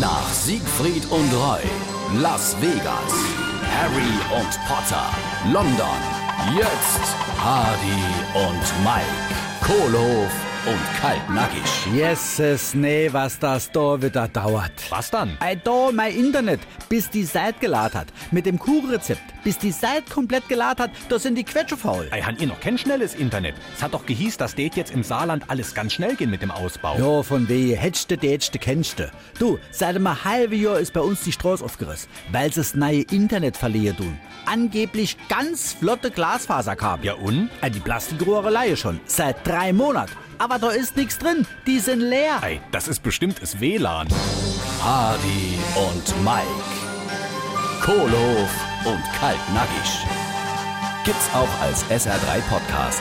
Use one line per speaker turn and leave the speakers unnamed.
Nach Siegfried und Roy, Las Vegas, Harry und Potter, London, jetzt Hardy und Mike, Kohlehof und Kaltnackig.
Jesus, nee, was das da wieder dauert.
Was dann?
Ei, da mein Internet, bis die Seite geladen hat. Mit dem Kuchenrezept, bis die Seite komplett geladen hat, da sind die Quetsche faul.
Ei, han ihr noch kein schnelles Internet? Es hat doch gehieß, dass det jetzt im Saarland alles ganz schnell gehen mit dem Ausbau.
Ja, von weh, hättste, dätschte, kennste. Du, seit einem halben Jahr ist bei uns die Straße aufgerissen, weil sie das neue Internet verliehen tun. Angeblich ganz flotte Glasfaserkabel.
Ja und?
Äh, Die Plastikrohre leihe schon, seit drei Monaten. Aber da ist nichts drin, die sind leer.
Ei, das ist bestimmt das WLAN.
Hardy und Mike, Kohlehof und Kaltnackig. Gibt's auch als SR3 Podcast.